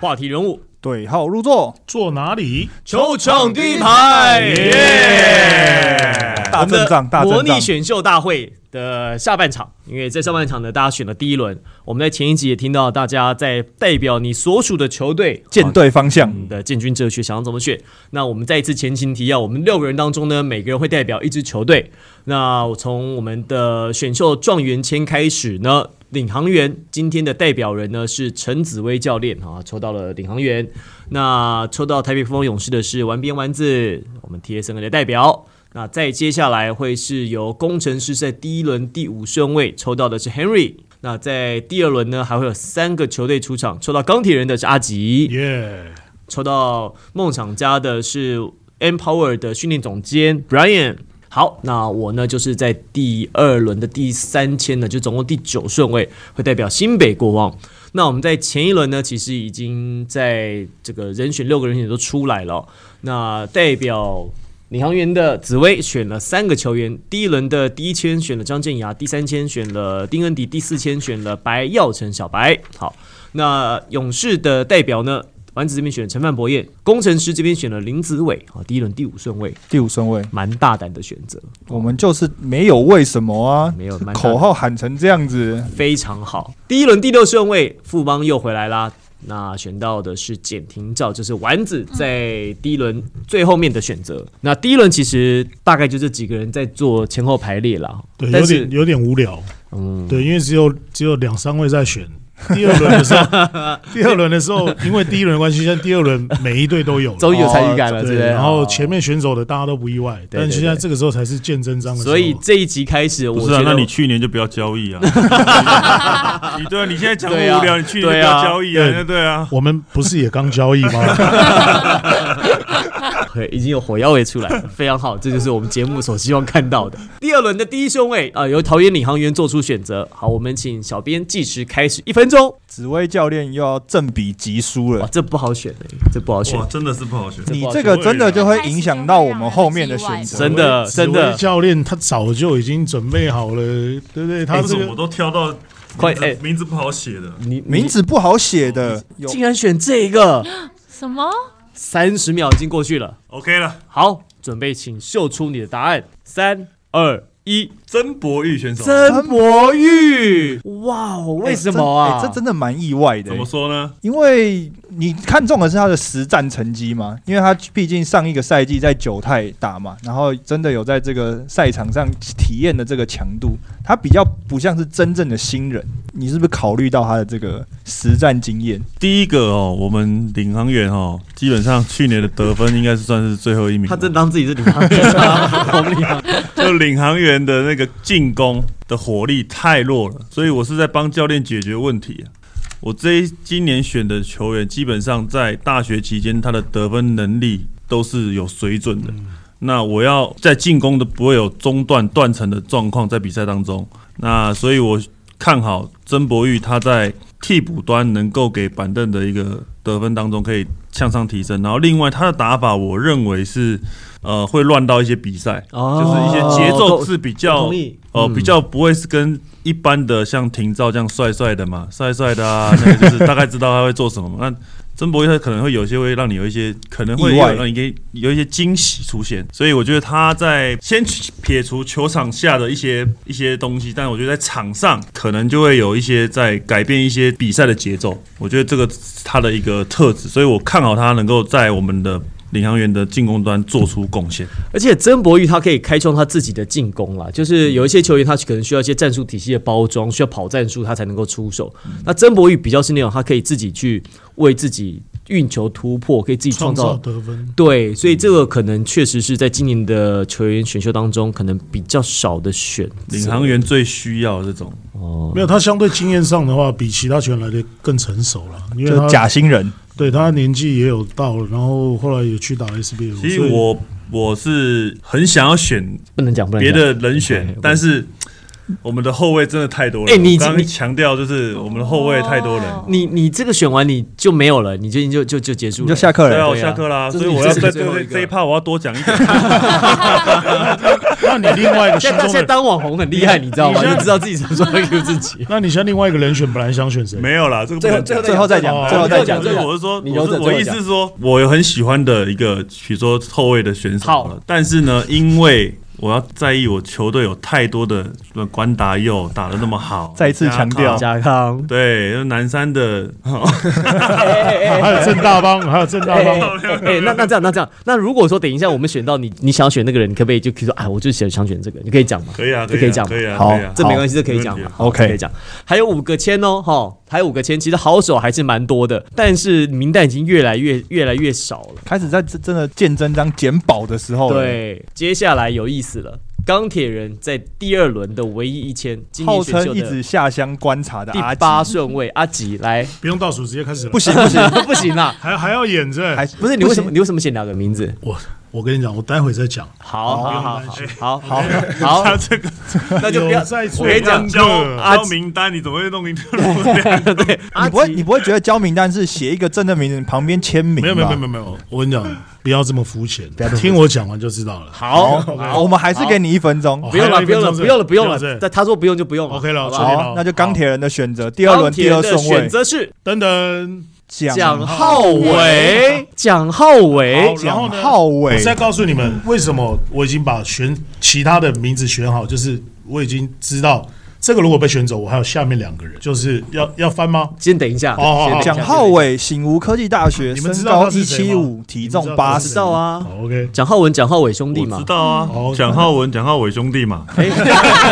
话题人物，对号入座，坐哪里？球场第一排，耶！大阵仗，大模阵拟仗。选秀大会的下半场，因为在上半场呢，大家选了第一轮。我们在前一集也听到大家在代表你所属的球队舰队方向，你的建军哲学想要怎么选。那我们再一次前情提要，我们六个人当中呢，每个人会代表一支球队。那我从我们的选秀状元签开始呢，领航员今天的代表人呢是陈紫薇教练啊，抽到了领航员。那抽到台北富邦勇士的是丸边丸子，我们 TSN 的代表。那再接下来会是由工程师在第一轮第五顺位抽到的是 Henry。那在第二轮呢，还会有三个球队出场，抽到钢铁人的是阿吉。耶！抽到梦想家的是 Empower 的训练总监 Brian。好，那我呢就是在第二轮的第三签呢，就总共第九顺位，会代表新北国王。那我们在前一轮呢，其实已经在这个人选六个人选都出来了哦、那代表领航员的紫薇选了三个球员，第一轮的第一签选了张健雅，第三签选了丁恩迪，第四签选了白耀成小白。好，那勇士的代表呢，丸子这边选了陈范博彦，工程师这边选了林子伟。好，第一轮第五顺位，第五顺位，蛮大胆的选择，我们就是没有为什么啊，没有蛮大胆口号喊成这样子，非常好。第一轮第六顺位，富邦又回来啦。那选到的是简廷照，就是丸子在第一轮最后面的选择。那第一轮其实大概就这几个人在做前后排列啦，对，但有是点有点无聊。嗯，对，因为只有只有两三位在选。第二轮 的时候，第二轮的时候，因为第一轮的关系，现在第二轮每一队都有 了。终于有参与感了，是不对，是？然后前面选手的大家都不意外，对但是现在对这个时候才是见真章的时候。所以这一集开始，我不是觉啊，得那你去年就不要交 易啊！你对啊，你现在讲我对啊无聊，你去年就不对啊要交易啊！对对啊，我们不是也刚交易吗？对已经有火药味出来了，非常好，这就是我们节目所希望看到的。第二轮的第一顺位啊、呃由桃园领航员做出选择。好，我们请小编计时开始一分钟。紫薇教练又要正比急输哇，了。这不好选的、这不好选哇，。真的是不好选。哦这你不好这选个真的就会影响到我们后面的选 择，真的真的 紫薇教练他早就已经准备好了，对不哎对？他但这是个我都挑到快快哎名字不好写的，你名字不好写的，你有竟然选这个，什么？三十秒已经过去了。 OK 了。好，准备，请秀出你的答案。三二一，曾博玉选手曾博玉。哇哦，为什么啊？哎这真的蛮意外的怎，么说呢？因为你看中的是他的实战成绩嘛，因为他毕竟上一个赛季在九泰打嘛，然后真的有在这个赛场上体验的这个强度，他比较不像是真正的新人。你是不是考虑到他的这个实战经验？第一个哦，我们领航员哦，基本上去年的得分应该是算是最后一名了。他真当自己是领 航员吗，我们领航就领航员的那个进攻的火力太弱了，所以我是在帮教练解决问题、啊。我这一今年选的球员，基本上在大学期间他的得分能力都是有水准的。那我要在进攻的不会有中断断层的状况在比赛当中。那所以我看好曾博玉他在替补端能够给板凳的一个得分当中可以向上提升。然后另外他的打法，我认为是呃会乱到一些比赛。就是一些节哦奏是比我较同意呃嗯比较不会是跟一般的像廷照这样帅帅的 嘛，帅帅的啊，那个就是大概知道他会做什么嘛。那曾博一他可能会有些会让你有一些可能会意外让你给有一些惊喜出现，所以我觉得他在先撇除球场下的一些一些东西，但我觉得在场上可能就会有一些在改变一些比赛的节奏，我觉得这个是他的一个特质，所以我看好他能够在我们的领航员的进攻端做出贡献。而且曾博玉他可以开创他自己的进攻啦，就是有一些球员他可能需要一些战术体系的包装，需要跑战术他才能够出手。那曾博玉比较是那种他可以自己去为自己运球突破，可以自己创创造造。得分，对，所以这个可能确实是在今年的球员选秀当中，可能比较少的选择领航员最需要这种，哦没。有他相对经验上的话，比其他球员来的更成熟了，因为就他是假新人，对他年纪也有到了，然后后来也去打 SBL。其实所以我我是很想要选不能讲，不能别讲。的人哎选我，但是我们的后卫真的太多了。哎你我刚你刚强调就是我们的后卫太多人，哦你你这个选完你就没有了，你就就就就结束你了，就下课对啊，了。我对啊下课啦，这所是以你我要这是在最后一这个这一趴我要多讲一点。那那你另外一个心现 在中现在的，当网红很厉害，你知道吗？你现在就知道自己什么时候 Q 自 己。那你像另外一个人选，本来想选谁？ 没有啦，这个不最后能啊最后最后再讲哦，最后再最后讲讲。所以我是说，你留我着是我最后意讲思是说，我有很喜欢的一个，比如说后卫的选手好好了，但是呢，因为我要在意我球队有太多的关达佑打的那么好，再一次强调加贾卡康，对，就是南山的，还有郑大帮，还有郑大哎帮，哎哎，那那这样，那这样，那如果说等一下我们选到你，你想要选那个人，你可不可以就 Q 说，哎，我就想想选这个，你可以讲吗？可以啊，这可可以以讲啊，吗可以啊，好可以啊这没关系，这可以讲没问嘛题。好 OK 可以讲。还有五个签哦，哈，还有五个签，其实好手还是蛮多的，但是名单已经越来越越来越少了。开始在真真的见真章捡宝的时候，，对，接下来有意思了。钢铁人在第二轮的唯一一签，今年号选秀称一的直下乡观察的第阿吉，八顺位阿吉来，不用倒数，直接开始了不。行 不行，不行啦，还还要演这？还不是你为什么行你为什么写两个名字？我我跟你讲，我待会再讲。好好好好好好他好，这个那就不要有在做我跟你讲功，课交阿交名单，你怎么会弄一个两 个？对，阿你不会你吉不会觉得交名单是写一个真的名字旁边签名吧？没有没有没有没有没有，我跟你讲，不要这么肤浅要这，么听我讲完就知道了。好，好，我们还是给你一分钟。不用了还有一不用分了钟不用了不用了是不，是但他说不用就不用了 OK 了好不好确定了好，那就钢铁人的选择，第二轮钢铁第人二的顺选位，择是等等，蒋蒋浩伟，蒋浩伟好，然后呢？浩伟我再告诉你们为什么我已经把选其他的名字选好，就是我已经知道这个如果被选走，我还有下面两个人，就是要要翻吗？先等一下，哦哦哦先等一下蒋浩，伟，醒吾科技大学，你身们知道高他一是谁七吗五，体重你们知道八他知十是。道啊，好，OK，蒋浩文，蒋浩伟兄弟我嘛知，道啊哦，蒋浩文、蒋浩伟兄弟嘛， 哎，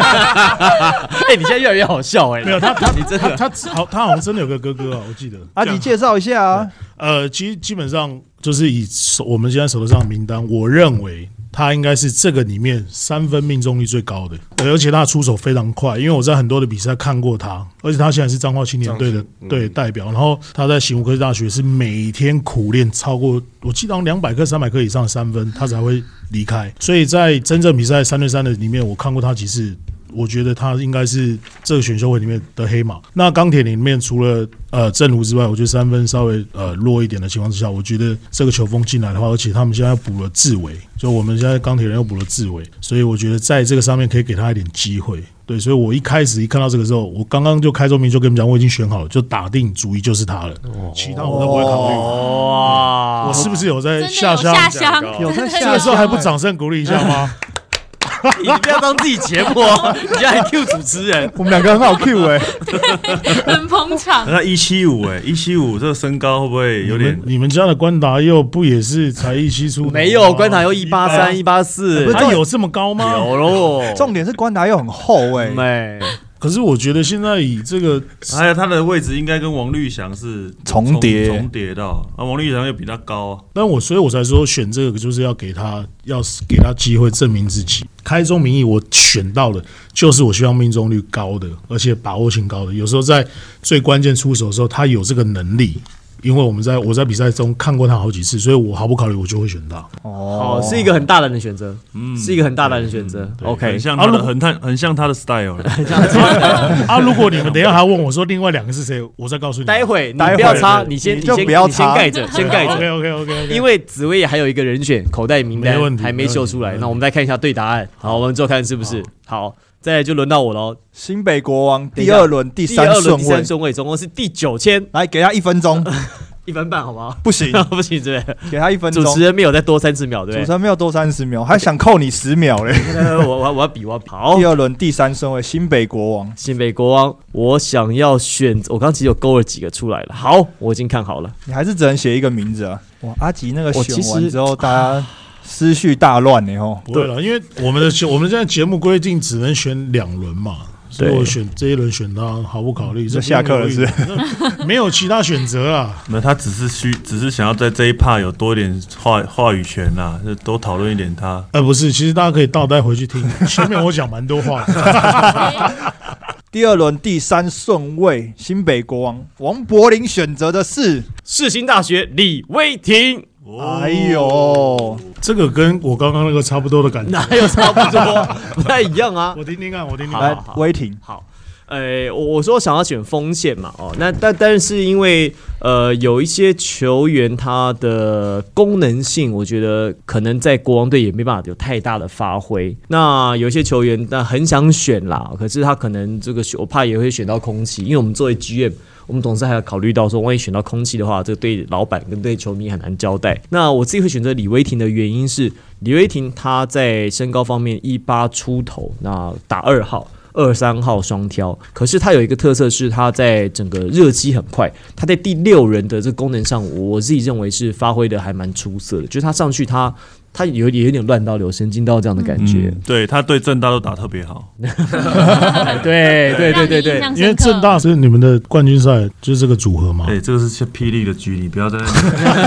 哎，你现在越来越好笑哎，没有他他你真他的他他好，他好像真的有个哥哥啊，我记得。啊，你介绍一下啊，呃，基基本上就是以手我们现在手头上的名单，我认为他应该是这个里面三分命中率最高的，对而且他的出手非常快，因为我在很多的比赛看过他，而且他现在是彰化青年队的对代表，然后他在醒吾科技大学是每天苦练超过我记得两百颗、三百颗以上的三分，他才会离开，所以在真正比赛三对三的里面，我看过他几次。我觉得他应该是这个选秀会里面的黑马。那钢铁里面除了呃正如之外，我觉得三分稍微呃弱一点的情况之下，我觉得这个球风进来的话，而且他们现在又补了志伟，就我们现在钢铁人又补了志伟，所以我觉得在这个上面可以给他一点机会。对，所以我一开始一看到这个时候，我刚刚就开周明就跟你们讲，我已经选好了，就打定主意就是他了，其他哦我都不会考虑。哦哇我是不是有在真的呃下有乡？下乡，有真在的下这个时候还不乡掌声鼓励一下吗？ 你不要当自己节 目哦，你现在还 Q 主持人，我们两个很好 Q 哎，哦很捧场。那一七五哎，一七五这个身高会不会有你点们？你们家的关达佑不也是才一七出头吗？没有关塔又一八三一八四哎不，是他有这么高吗？有喽，重点是关达又很厚哎，嗯美，可是我觉得现在以这个，还有他的位置应该跟王绿翔是重叠重叠到啊，王绿翔又比他高啊。但我所以我才说选这个就是要给他，要给他机会证明自己。开宗明义，我选到的就是我希望命中率高的，而且把握性高的。有时候在最关键出手的时候，他有这个能力。因为我们在我在比赛中看过他好几次，所以我毫不考虑我就会选他。好，哦是一个很大胆的选择，是一个很大胆的选择，OK，很像他啊如的，果很他很像他的 style 了。 啊，如果你们等一下还问我说另外两个是谁，我再告诉你们。待会你待会不要插，对你先你就先不要你先插盖着，先 盖着。 OK OK OK OK。因为紫薇也还有一个人选口袋名没单问题还没秀出没来，问题那我们再看一下对答案。好，我们最后看是不是好，再来就轮到我喽。新北国王等一第下二轮第第三二轮顺第位三，顺位总共是第九千来给他一分 钟，一分半，好不好？不行， 不行，对不对？给他一分钟主，持人没有再多三十秒，对不主持对？人没有多三十秒，还想扣你十秒嘞。 来来来我我我要比，我要跑哦第。二轮第三顺位，新北国王，新北国王，我想要选，我刚其实有勾了几个出来了。好，我已经看好了。你还是只能写一个名字啊。哇，阿吉那个我其选实完之后，大家思绪大乱呢吼。不会了，因为我们的节 我们现在节目规定只能选两轮嘛，所以对我选这一轮选他毫不考虑，这下课了是不是？没有其他选择啊。那他只是需，只是想要在这一 part 有多一点话话语权啦、就多讨论一点他。呃，不是，其实大家可以倒带 回去听，前面我讲蛮多话的。第二轮第三顺位，新北国王王柏林选择的是，世新大学李威霆，哎呦，这个跟我刚刚那个差不多的感觉，哪有差不多？不太一样啊。 我听听看，我听听啊好看。来威霆，嗯好，呃，我我说想要选锋线嘛，哦，那但但是因为呃有一些球员他的功能性，我觉得可能在国王队也没办法有太大的发挥。那有一些球员但很想选啦，可是他可能这个选我怕也会选到空气，因为我们作为 GM。我们董事还要考虑到说，万一选到空气的话，这个对老板跟对球迷很难交代。那我自己会选择李威霆的原因是，李威霆他在身高方面一八出头，那打二号。二三号双挑，可是他有一个特色是，他在整个热机很快，他在第六人的这个功能上，我自己认为是发挥的还蛮出色的。就是他上去他，他有也有点乱到流神经刀这样的感觉。对他对正大都打特别好，哎对对对对对，因为正大是你们的冠军赛，就是这个组哦合嘛哎、。这个是霹雳的局，你不要在那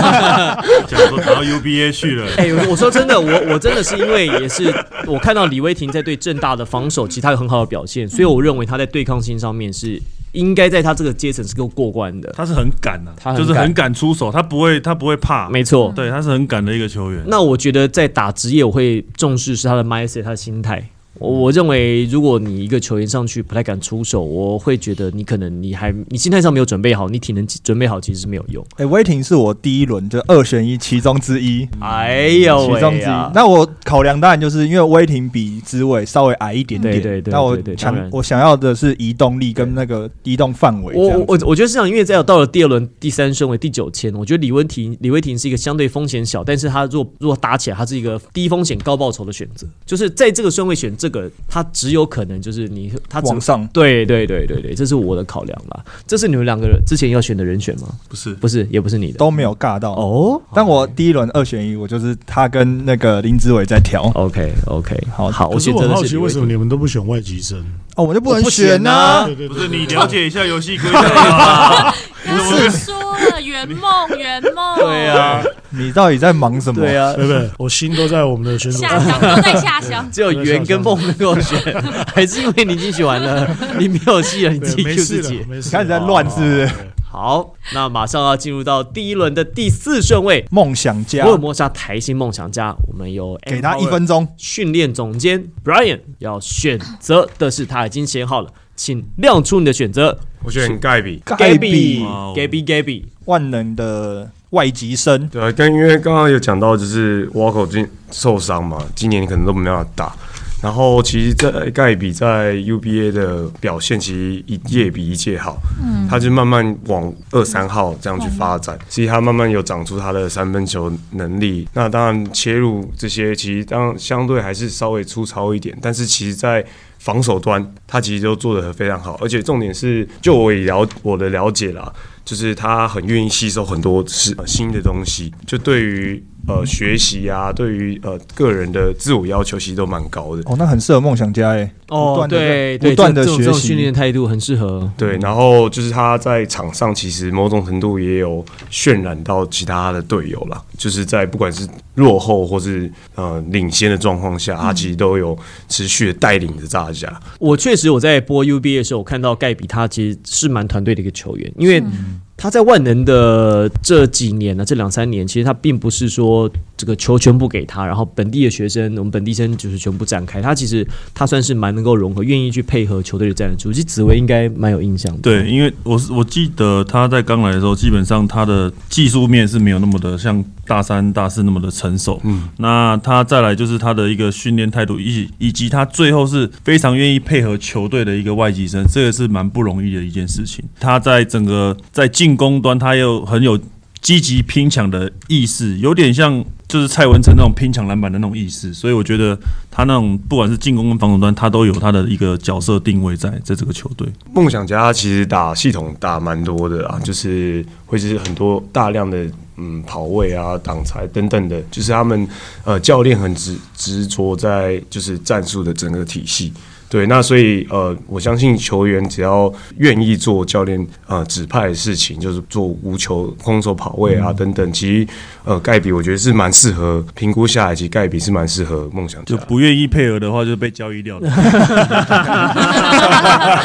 里讲说打到 UBA 去了。哎、我我说真的，我我真的是因为也是我看到李威霆在对正大的防守，其实他有很好的表现，所以我认为他在对抗性上面是应该在他这个阶层是够过关的。他是很敢的、他很敢就是很敢出手，他不会，他不会怕。没错，对，他是很敢的一个球员。那我觉得在打职业，我会重视是他的 mindset，他的心态。我嗯我认为，如果你一个球员上去不太敢出手，我会觉得你可能你还你心态上没有准备好，你体能准备好其实是没有用。哎、威霆是我第一轮就二选一其中之一，哎呦嗯其中之喂一啊！。那我考量当然就是因为威霆比紫伟稍微矮一点点，对对对那我对对当强然我想要的是移动力跟那个移动范围这我样我子。我我觉得是这样，因为在到了第二轮第三顺位第九签，我觉得李温廷李威廷是一个相对风险小，但是他如果如果打起来，他是一个低风险高报酬的选择，就是在这个顺位选这个，他只有可能就是你他只往上，对对对对对，这是我的考量啦。这是你们两个人之前要选的人选吗？不是，不是，也不是你的都没有尬到。哦。但我第一轮二选一，我就是他跟那个林志伟在调。 OK OK，好好，可是选我择很的好是奇，李为威什霆么你们都不选外籍生？哦，我就不我能不选选呐、啊对对不对是你了解一下游戏 规则 啊吧？刚刚说了圆梦，圆梦，对 啊，你到底在忙什么？对啊对，不对？我心都在我们的选手下乡都在下 乡，只有圆跟梦能够选，还是因为你已经选完了， 你没有戏了，你自己对 Q 没自事己的，。没事你的。啊看你在乱是不是？好，那马上要进入到第一轮的第四顺位，梦想家福，尔摩沙台新梦想家，我们有给他 Empower 一分钟。训练总监 Brian 要选择的是，他已经选好了，请亮出你的选择。我选盖比，盖比哇哦 Gabby Gabby，万能的外籍生，对啊，但因为刚刚有讲到就是 Walker 今受伤嘛，今年可能都没办法打。然后其实，在盖比在 UBA 的表现其实一届比一届好，嗯，他就慢慢往二三号这样去发展。其实他慢慢有长出他的三分球能力。那当然切入这些，其实当然相对还是稍微粗糙一点，但是其实在防守端，他其实都做得非常好。而且重点是，就我也了我的了解啦，就是他很愿意吸收很多是、呃新的东西，就对于呃学习啊，对于呃个人的自我要求其实都蛮高的。哦，那很适合梦想家哎。不哦，断地对不对，断的这种这学种训习练，态度很适合。对，然后就是他在场上其实某种程度也有渲染到其他的队友啦，就是在不管是落后或是呃领先的状况下，他其实都有持续的带领着大家。我确实我在播 UBA 的时候，我看到盖比他其实是蛮团队的一个球员，因为他在万能的这几年啊呢，这两三年，其实他并不是说这个球全部给他，然后本地的学生，我们本地生就是全部展开。他其实他算是蛮能够融合，愿意去配合球队的战术。其实紫薇应该蛮有印象的。对，因为我是我记得他在刚来的时候，基本上他的技术面是没有那么的像大三、大四那么的成熟。嗯，那他再来就是他的一个训练态度，以及以及他最后是非常愿意配合球队的一个外籍生，这个是蛮不容易的一件事情。他在整个在进攻端，他又很有积极拼抢的意识，有点像就是蔡文成那种拼抢篮板的那种意识，所以我觉得他那种不管是进攻跟防守端，他都有他的一个角色定位在在这个球队。梦想家其实打系统打蛮多的啊，就是会是很多大量的嗯跑位啊、挡拆等等的，就是他们呃教练很执执着在就是战术的整个体系。对，那所以呃，我相信球员只要愿意做教练呃指派的事情，就是做无球空手跑位啊等等，其实呃盖比我觉得是蛮适合评估下来，其实盖比是蛮适合梦想家就的。不愿意配合的话，就被交易掉的。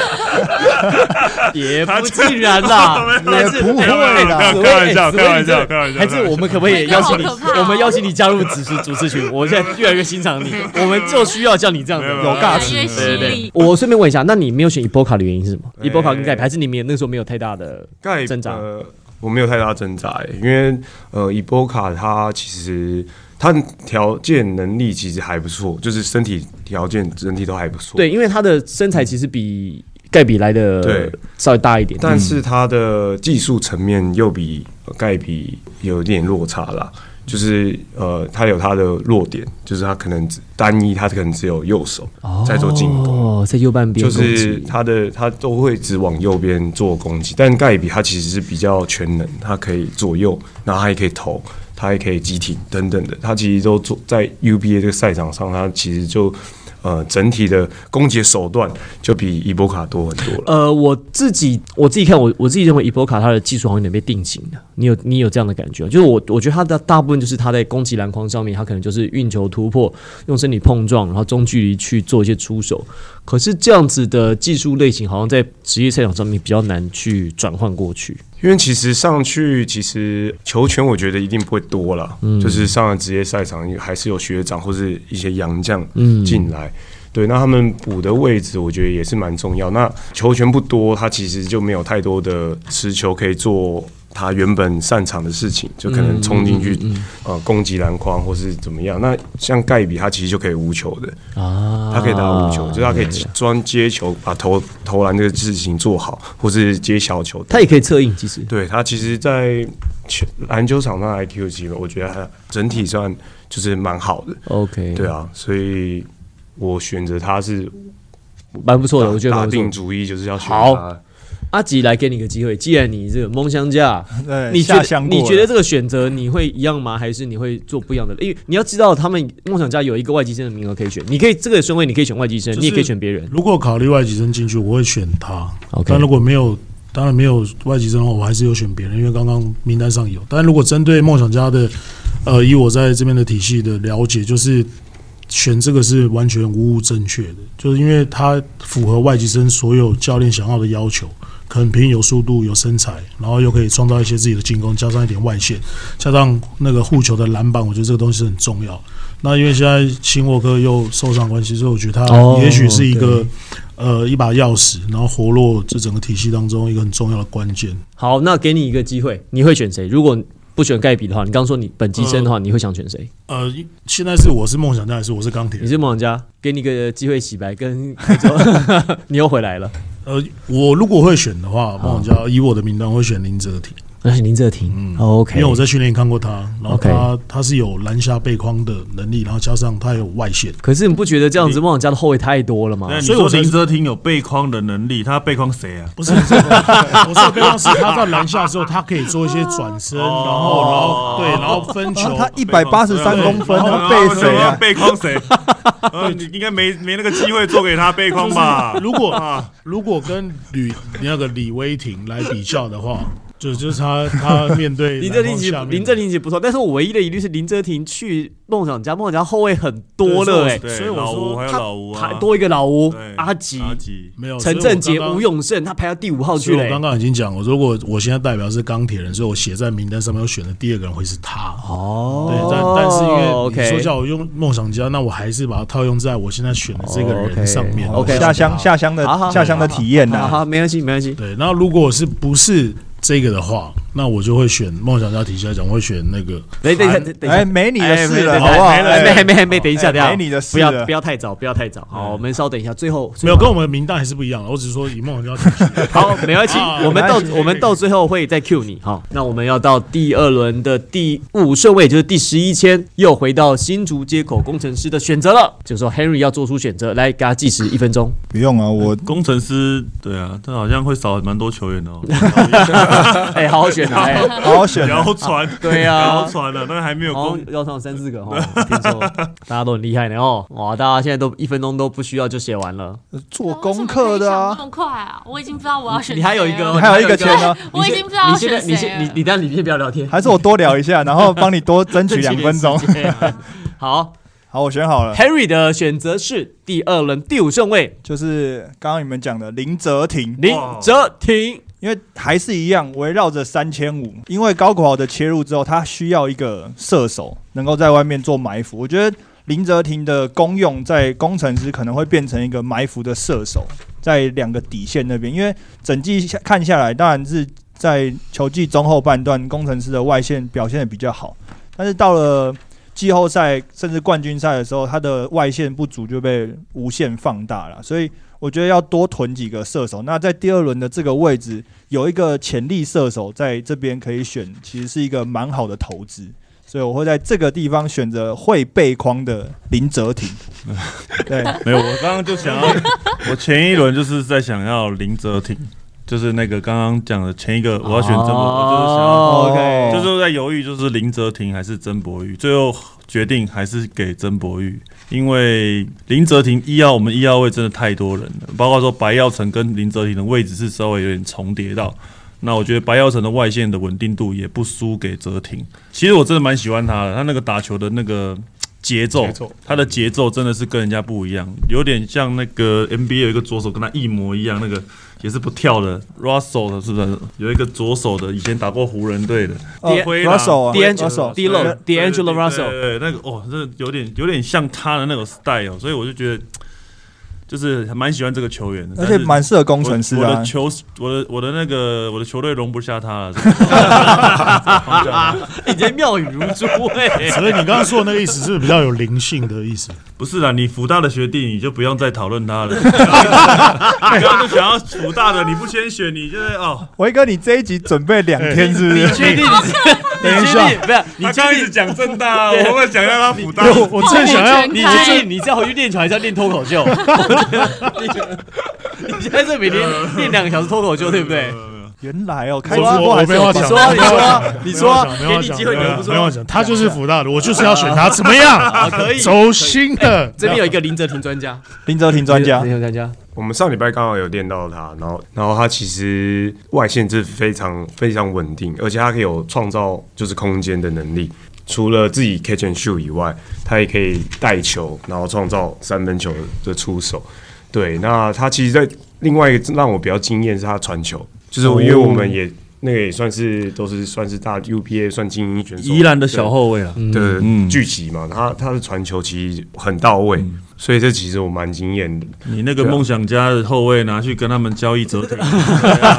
也不尽然啦，也不会啦哎开玩笑开玩笑开玩笑还是我们可不可以开邀玩笑请你好可怕？哦我们邀请 你加入主持主持群，我现在越来越欣赏你，我们就需要像你这样的没有人没有有尬越来越词，需对对对我顺便问一下，那你没有选伊波卡的原因是什么？哎伊波卡跟盖牌，还是你们也那时候没有太大的盖挣扎？呃，我没有太大挣扎、欸，因为呃，伊波卡他其实他条件能力其实还不错，就是身体条件整体都还不错。对，因为他的身材其实比盖比来的对稍微大一点，但是他的技术层面又比呃盖比有一点落差啦，就是呃，他有他的弱点，就是他可能只单一，他可能只有右手在做进攻。哦，在右半边就攻击是他的他都会只往右边做攻击，但盖比他其实是比较全能，他可以左右，然后他也可以投，他也可以急停等等的，他其实都做在 UBA 这个赛场上，他其实就呃整体的攻击手段就比伊波卡多很多了。呃，我自己我自己看我我自己认为伊波卡他的技术好像有点被定型了。你有你有这样的感觉吗？就是我我觉得他的大部分就是他在攻击篮筐上面，他可能就是运球突破，用身体碰撞，然后中距离去做一些出手。可是这样子的技术类型，好像在职业赛场上面比较难去转换过去。因为其实上去，其实球权我觉得一定不会多了，就是上了职业赛场，还是有学长或是一些洋将进来。对，那他们补的位置，我觉得也是蛮重要。那球权不多，他其实就没有太多的持球可以做他原本擅长的事情，就可能冲进去、呃攻击篮筐或是怎么样。那像盖比，他其实就可以无球的，啊他可以打无球，就是他可以专接球，把投投篮这个事情做好，或是接小球。他也可以策应，其实对他其实，在球篮球场上的 IQ 其实我觉得他整体算就是蛮好的， OK，对，啊，所以我选择他是蛮不错的，我觉得蛮打不错定的。主意就是要选好他。阿吉来给你个机会，既然你这个蒙相架，呃对，你觉下乡得过你了觉得这个选择你会一样吗？还是你会做不一样的？因为你要知道，他们梦想家有一个外籍生的名额可以选，你可以这个顺位你可以选外籍生，就是你也可以选别人。如果考虑外籍生进去，我会选他。 OK 但如果没有，当然没有外籍生的话，我还是有选别人，因为刚刚名单上有。但如果针对梦想家的，呃，以我在这边的体系的了解，就是选这个是完全无误正确的，就是因为他符合外籍生所有教练想要的要求。很平，有速度，有身材，然后又可以创造一些自己的进攻，加上一点外线，加上那个护球的篮板，我觉得这个东西是很重要。那因为现在新沃克又受伤关系，所以我觉得哦他也许是一个、对呃一把钥匙，然后活络这整个体系当中一个很重要的关键。好，那给你一个机会，你会选谁？如果不选盖比的话，你刚刚说你本级生的话，你会想选 谁？呃，现在是我是梦想家还是我是钢铁你人？是梦想家，给你一个机会洗白，跟 你又回来了。呃，我如果会选的哦话，梦想家以我的名单我会选林哲廷，那是哎林泽廷，OK，哦因为我在训练看过他，然后 OK 他他是有篮下背框的能力，然后加上他有外线。可是你不觉得这样子梦想家的后卫太多了吗？那你所以我说才林哲廷有背框的能力，他背框谁 啊？不是，不是我说的方是他在篮下的时候，他可以做一些转身，然后，然后对，然后分球啊，他一百八十三公分，他背被谁啊？ 背框谁？呃你应该没没那个机会做给他背框吧？如果如果跟吕那个李威霆来比较的话，就就是他他面对林哲篮廷筐其下实面林哲廷其实不错，但是我唯一的疑虑是林哲廷去梦想家，梦想家后卫很多对所了以我哎、 对所以我老吴说还有他老吴他啊，多一个老吴对阿吉。阿吉没有陈正杰、吴无用。永胜，他排到第五号所去以了、我刚刚已经讲了，如果我现在代表是钢铁人，所以我写在名单上面，我选的第二个人会是他。哦对，但但是因为你 OK，说叫我用梦想家，那我还是把它套用在我现在选的这个哦，OK 人上面。 OK，下乡下乡的好好好下乡的体验啊好呐，好，没关系，没关系。对，那如果是不是这个的话，那我就会选梦想家体系来讲，我会选那个等等一下，等等一哎，下，没你的事了，哎好不好？没了哎没还没还没，等一下，哎等一下，没你的事不要了不要太早，不要太早。好，我们稍等一下，最后没有跟我们的名单还是不一样的。我只是说以梦想家体系， 好，没关系啊，我们没到关系我们到最后会再 Q 你。好，那我们要到第二轮的第五顺位，就是第十一签，又回到新竹接口工程师的选择了。这个时候 Henry 要做出选择，来给他计时一分钟。不用啊，我工程师，对啊，他好像会少蛮多球员 的哦。哎，好好选啊！哎好好选啊，谣传， 对啊谣传的，那还没有好 攻哦像要上三四个哦，听说大家都很厉害呢哦，哇，大家现在都一分钟都不需要就写完了，做功课的为什么可以想那啊，么快啊！我已经不知道我要选谁了。啊你还有一个哦，你还有一个签呢，我已经不知道你要现选在你谁先你了。你等下你先不要聊天，还是我多聊一下，然后帮你多争取两分钟 争。取点时间。 好好，我选好了， ，Harry 的选择是第二轮第五顺位就是刚刚你们讲的林哲廷，林哲廷，因为还是一样围绕着三千五，因为高国豪的切入之后，他需要一个射手能够在外面做埋伏。我觉得林哲廷的功用在工程师可能会变成一个埋伏的射手，在两个底线那边，因为整季下看下来，当然是在球季中后半段，工程师的外线表现的比较好，但是到了季后赛甚至冠军赛的时候，他的外线不足就被无限放大了，所以我觉得要多囤几个射手。那在第二轮的这个位置，有一个潜力射手在这边可以选，其实是一个蛮好的投资。所以我会在这个地方选择会背框的林哲廷。对，没有，我刚刚就想要， 我前一轮就是在想要林哲廷，就是那个刚刚讲的前一个我要选曾哦就是想要博，我就是想要，就是在犹豫，就是林哲廷还是曾博玉，最后决定还是给曾博玉，因为林哲廷一号我们一号位真的太多人了，包括说白耀成跟林哲廷的位置是稍微有点重叠到。那我觉得白耀成的外线的稳定度也不输给哲廷，其实我真的蛮喜欢他的，他那个打球的那个节奏，节奏他的节奏真的是跟人家不一样，有点像那个 NBA 有一个左手跟他一模一样，那个也是不跳的 Russell 的是不是？有一个左手的，以前打过湖人队的呃灰狼 Russell 啊 D'Angelo- D'Lo- D'Angelo 对 Russell，对对那个哦，这有点有点像他的那种 style，所以我就觉得就是还蛮喜欢这个球员的，而且但是蛮适合工程师我的、我啊的。球，我的我的那个我的球队容不下他了。啊你这妙语如珠哎。 所以你刚刚说的那个意思是不是比较有灵性的意思？不是啦，你福大的学弟你就不用再讨论他 了。你刚刚就想要福大的，你不先选，你就是哦。维哥，你这一集准备两天是不你是？确定你是？等你确一下定不是？你他确刚一定直讲正大，哦我们想让他福大。我我正想要，你开确定你是要回去练球还是要练脱口 秀？ 你你现在是每天呃练两个小时脱口秀，对不对？原来哦，开直我我播还我是没有话吧讲，你说你说你说没话讲给你机会没你话讲又不说没话讲，他就是福大的，我就是要选他，怎么 样？可以。走心的，这边有一个林哲廷专家，林哲廷专家林哲廷专 家，我们上礼拜刚好有练到他，然后然后他其实外线是非常非常稳定，而且他可以有创造就是空间的能力。除了自己 catch and shoot 以外，他也可以带球，然后创造三分球的出手。对，那他其实，在另外一个让我比较惊艳是他传球，就是因为我们哦也、那个也算是都是算是大 UPA 算精英选手，宜兰的小后卫啊，的嗯聚集嘛，他他的传球其实很到位，所以这其实我蛮惊艳的。你那个梦想家的后卫拿去跟他们交易折腾，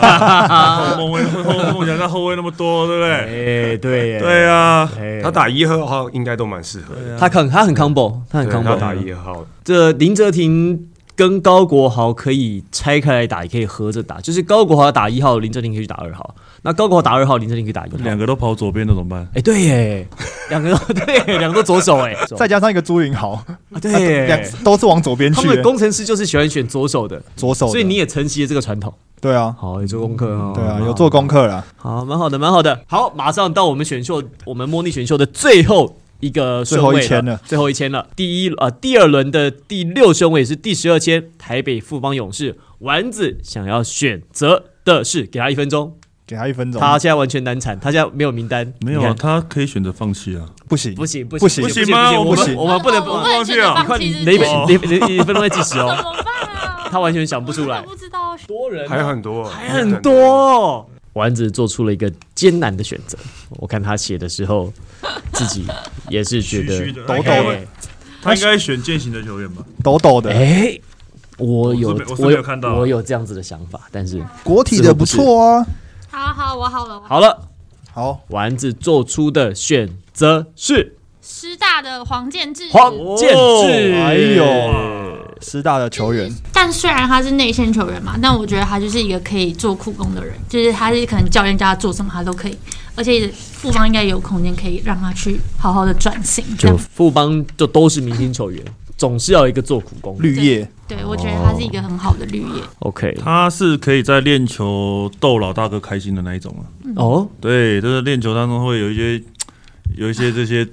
梦卫梦梦想家后卫那么多，对不对？哎，对耶，对啊，哎他打一和二号应该都蛮适合的，他很他很 combo，他很对他 combo。打一和号，这林哲廷跟高国豪可以拆开来打，也可以合着打。就是高国豪打一号，林哲廷可以去打二号；那高国豪打二号，林哲廷可以打一号。两个都跑左边，那怎么办？哎，对耶，两个都 对耶，两个都左手哎，再加上一个朱云豪，啊对两耶。都是往左边他去们的的，工程师就是喜欢选左手的，左手的。所以你也承袭了这个传统。对啊，好，有做功课哦。对啊，蛮好有做功课啦。好，蛮好的，蛮好的。好，马上到我们选秀，我们模拟选秀的最后一个顺位最后一签了，最后一签了。第一呃，第二轮的第六顺位是第十二签，台北富邦勇士丸子想要选择的是，给他一分钟，给他一分钟，他现在完全难产，他现在没有名单，没有你啊，看他可以选择放弃啊。不行，不行不不行行不不行吗我我们不行我们不能哦我不不能选择你放看弃你自己，一哦分你一分钟在计时怎哦，么办啊？他完全想不出来我真的，不知道要选多人还有很多，还很多哦。丸子做出了一个艰难的选择，我看他写的时候，自己也是觉得虚虚的抖抖哎的他应该选践行的球员吧？抖抖的，哎，我有我是没我是我没有看到啊我有这样子的想法，但是国体的不错啊。好好，我好了，我好好了了，好，丸子做出的选择是师大的黄建志，黄建志，哎呦，师大的球员，但虽然他是内线球员嘛，但我觉得他就是一个可以做苦工的人，就是他是可能教练叫他做什么他都可以，而且富邦应该有空间可以让他去好好的转型。这就样富邦就都是明星球员，总是要有一个做苦工。绿叶对我觉得他是一个很好的绿叶。哦 OK，他是可以在练球逗老大哥开心的那一种啊。哦，对，就是练球当中会有一些有一些这些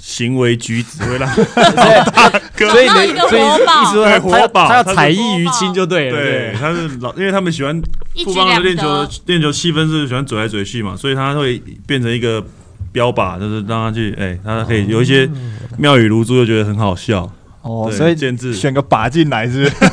行为举止 会让所以找到一呢，个所以活宝意思说他对活宝他要 啊他是采艺于亲就对了。对，他是老，因为他们喜欢一举富邦的两练球得的，练球气氛是喜欢嘴来嘴去嘛，所以他会变成一个标靶，就是让他去哎、他可以有一些妙语如珠，就觉得很好笑。哦，对所以建制选个靶进来是不是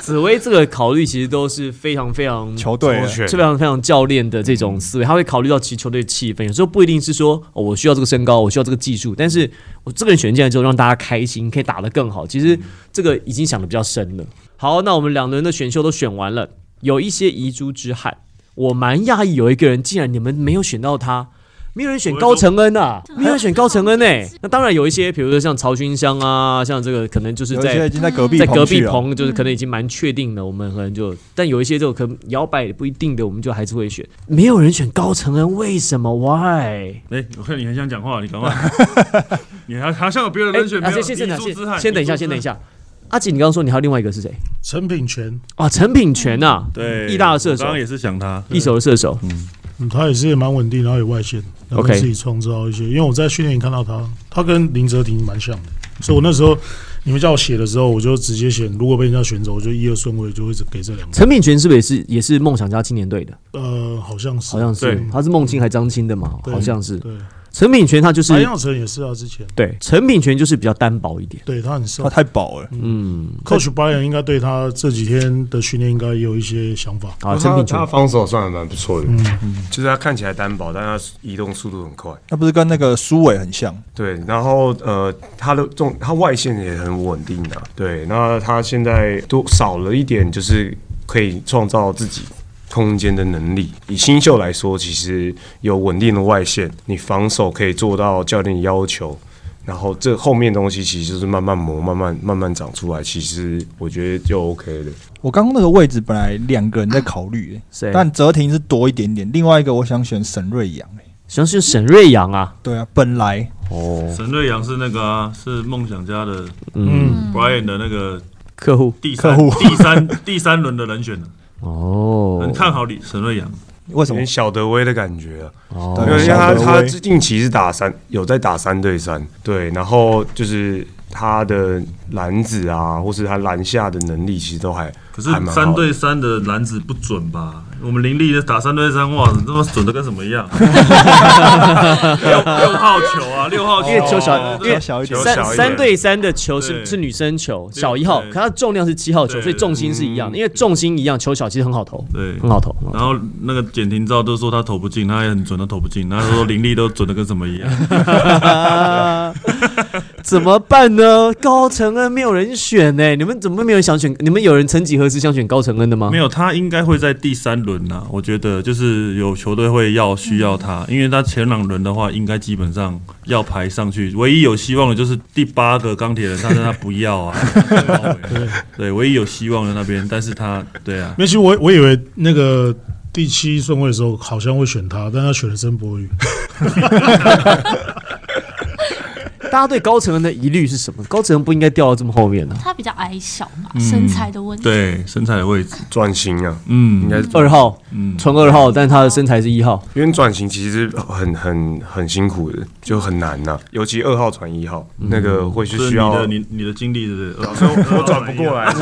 紫薇这个考虑其实都是非常非常 球队了球权是非常非常教练的这种思维，他会考虑到其实球队的气氛，有时候不一定是说、哦、我需要这个身高，我需要这个技术，但是我这个人选进来之后让大家开心，可以打得更好。其实这个已经想的比较深了。好，那我们两轮的选秀都选完了，有一些遗珠之憾，我蛮讶异有一个人竟然你们没有选到他。没有人选高承恩啊，没有人选高承恩呢、欸那当然有一些，比如说像曹勋香啊，像这个可能就是有一在些已经在隔壁在隔壁去了。棚就是可能已经蛮确定了，我们可能就，但有一些这种可能摇摆不一定的，我们就还是会选。没有人选高承恩，为什么？Why？哎、我看你很想讲话，你 赶快，你还还像有别的人选没啊有？先先等一下，遗珠之憾先先等一下，先等一。遗珠之憾下。阿锦，你刚刚说你还有另外一个是谁？陈品全，啊，陈品全啊，对，义大的射我手刚刚也是想他，一手的射手。嗯他也是也蛮稳定，然后有外线，然后 OK 自己创造一些。因为我在训练营看到他，他跟林哲廷蛮像的，所以我那时候你们叫我写的时候，我就直接写，如果被人家选走，我就一二顺位就会给这两个。陈品全是不是也是也是梦想家青年队的？呃，好像是，好像是对，他是梦青还张青的嘛？对好像是。对，陈品全他就是白耀成也是啊，之前对陈品全就是比较单薄一点。对他很瘦他。太饱了，嗯， Coach Brian 应该对他这几天的训练应该也有一些想法。好，陈他品全他防守算还蛮不错的，嗯，就是他看起来单薄，但他移动速度很快。那不是跟那个苏伟很像？对，然后呃，他的重他外线也很稳定啊。对，那他现在多少了一点，就是可以创造自己空间的能力。以新秀来说，其实有稳定的外线，你防守可以做到教练要求，然后这后面东西其实就是慢慢磨，慢慢慢慢长出来。其实我觉得就 OK 了。我刚刚那个位置本来两个人在考虑、欸谁？但泽廷是多一点点。另外一个我想选沈瑞阳、欸像是沈瑞阳啊。对啊，本来哦，沈瑞阳是那个啊，是梦想家的嗯， Brian 的那个客户第三客户 第三第三轮的人选呢，哦，很看好李沈瑞阳。为什有么点？小德威的感觉啊。哦对因为小他德威他近期是打三，有在打三对三，对，然后就是他的篮子啊，或是他篮下的能力，其实都还可是还蛮好的三对三的篮子不准吧？我们林立打三对三，哇，他妈准的跟什么 一样？六六号球啊，六号球，因为球小对因为小哦小一点球，三小一点三对三的球是对是女生球，对小一号，对可它重量是七号球，对嗯所以重心是一样的。因为重心一样，球小其实很好投，对很好投。嗯很好投然后那个简廷照都说他投不进，他也很准，他投不进。他说林立都准的跟什么一样。啊怎么办呢？高承恩没有人选呢、你们怎么没有人想选？你们有人曾几何时想选高承恩的吗？没有，他应该会在第三轮呐、我觉得就是有球队会要需要他，嗯因为他前两轮的话，应该基本上要排上去。唯一有希望的就是第八个钢铁人，但是他不要啊。 对对，唯一有希望的那边，但是他对啊，那其实我我以为那个第七顺位的时候好像会选他，但他选了曾博宇。大家对高承恩的疑虑是什么？高承恩不应该掉到这么后面呢、他比较矮小嘛，嗯身材的问题。对身材的位置，转型啊，应嗯该是二号，嗯，纯二号，但他的身材是一号。因为转型其实很很很辛苦的，就很难呐、尤其二号转一号、嗯那个会是就是需你要的你你的经历是呃不是？ 我转不过 来，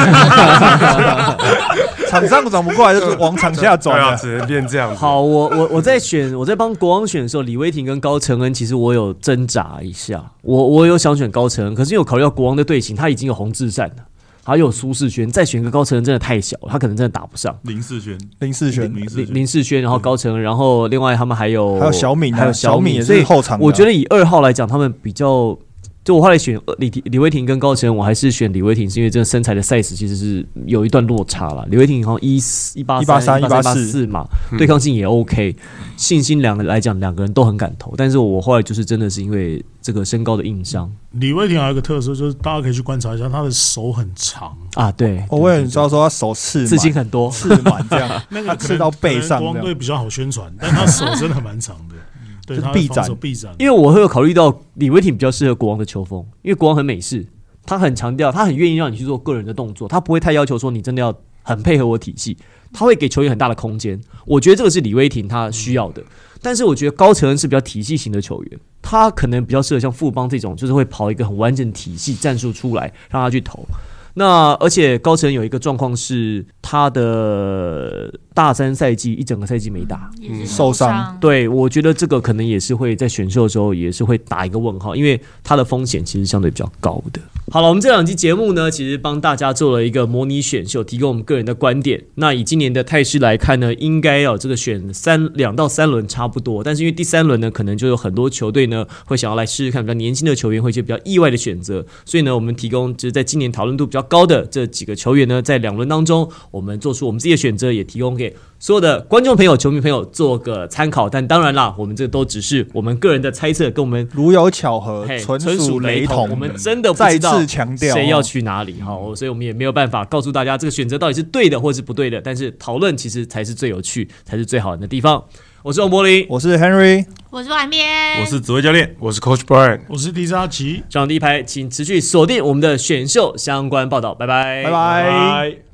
场上转不过来 就是往场下对转啊，啊。只能变这样子。好，我我我在选我在帮国王选的时候，李威霆跟高承恩，其实我有挣扎一下，我我有想选高承恩，可是因为我考虑到国王的队形，他已经有洪志善了，还有苏世轩，再选一个高承恩真的太小了，他可能真的打不上。 林世轩，林世轩，林世林轩，林世轩，然后高承恩，然后另外他们还有嗯还有小敏啊还有小小敏也是所以后场的啊我觉得以二号来讲，他们比较，就我后来选呃李李威霆跟高承恩，我还是选李威霆，是因为这个身材的 size 其实是有一段落差了。李威霆好像一一八183一八四嗯嘛，对抗性也 OK，信心两个来讲，两个人都很敢投，但是我后来就是真的是因为这个身高的硬伤李威霆还有一个特色就是大家可以去观察一下，他的手很长，啊，对，我为了你知道说他手 刺刺青满，很多。刺满这样，那他个可刺能到背上可能国这王队样。比较好宣传，但他手真的蛮长 的，对，就他臂的展防守臂展，因为我会有考虑到李威霆比较适合国王的球风，因为国王很美式，他很强调，他很愿意让你去做个人的动作，他不会太要求说你真的要很配合我体系，他会给球员很大的空间。我觉得这个是李威霆他需要的，但是我觉得高承恩是比较体系型的球员，他可能比较适合像富邦这种，就是会跑一个很完整的体系战术出来，让他去投。那而且高承恩有一个状况是，他的大三赛季一整个赛季没打，也是受伤伤，对，我觉得这个可能也是会在选秀的时候也是会打一个问号，因为他的风险其实相对比较高的。好了，我们这两期节目呢，其实帮大家做了一个模拟选秀，提供我们个人的观点。那以今年的态势来看呢，应该要、这个选三两到三轮差不多，但是因为第三轮呢，可能就有很多球队呢会想要来试试看比较年轻的球员，会有一些比较意外的选择。所以呢，我们提供就是在今年讨论度比较高的这几个球员呢，在两轮当中，我们做出我们自己的选择，也提供给所有的观众朋友、球迷朋友做个参考。但当然啦，我们这都只是我们个人的猜测，跟我们如有巧合嘿，呃纯属属雷同。同。我们真的不再知道次强调哦啊谁要去哪里哈，我所以我们也没有办法告诉大家这个选择到底是对的或是不对的。但是讨论其实才是最有趣，才是最好玩的地方。我是欧柏林，我是 Henry，我是外面，我是指挥教练，我是 Coach Brian。我是迪扎奇。上第一排，请持续锁定我们的选秀相关报道，拜拜，拜拜。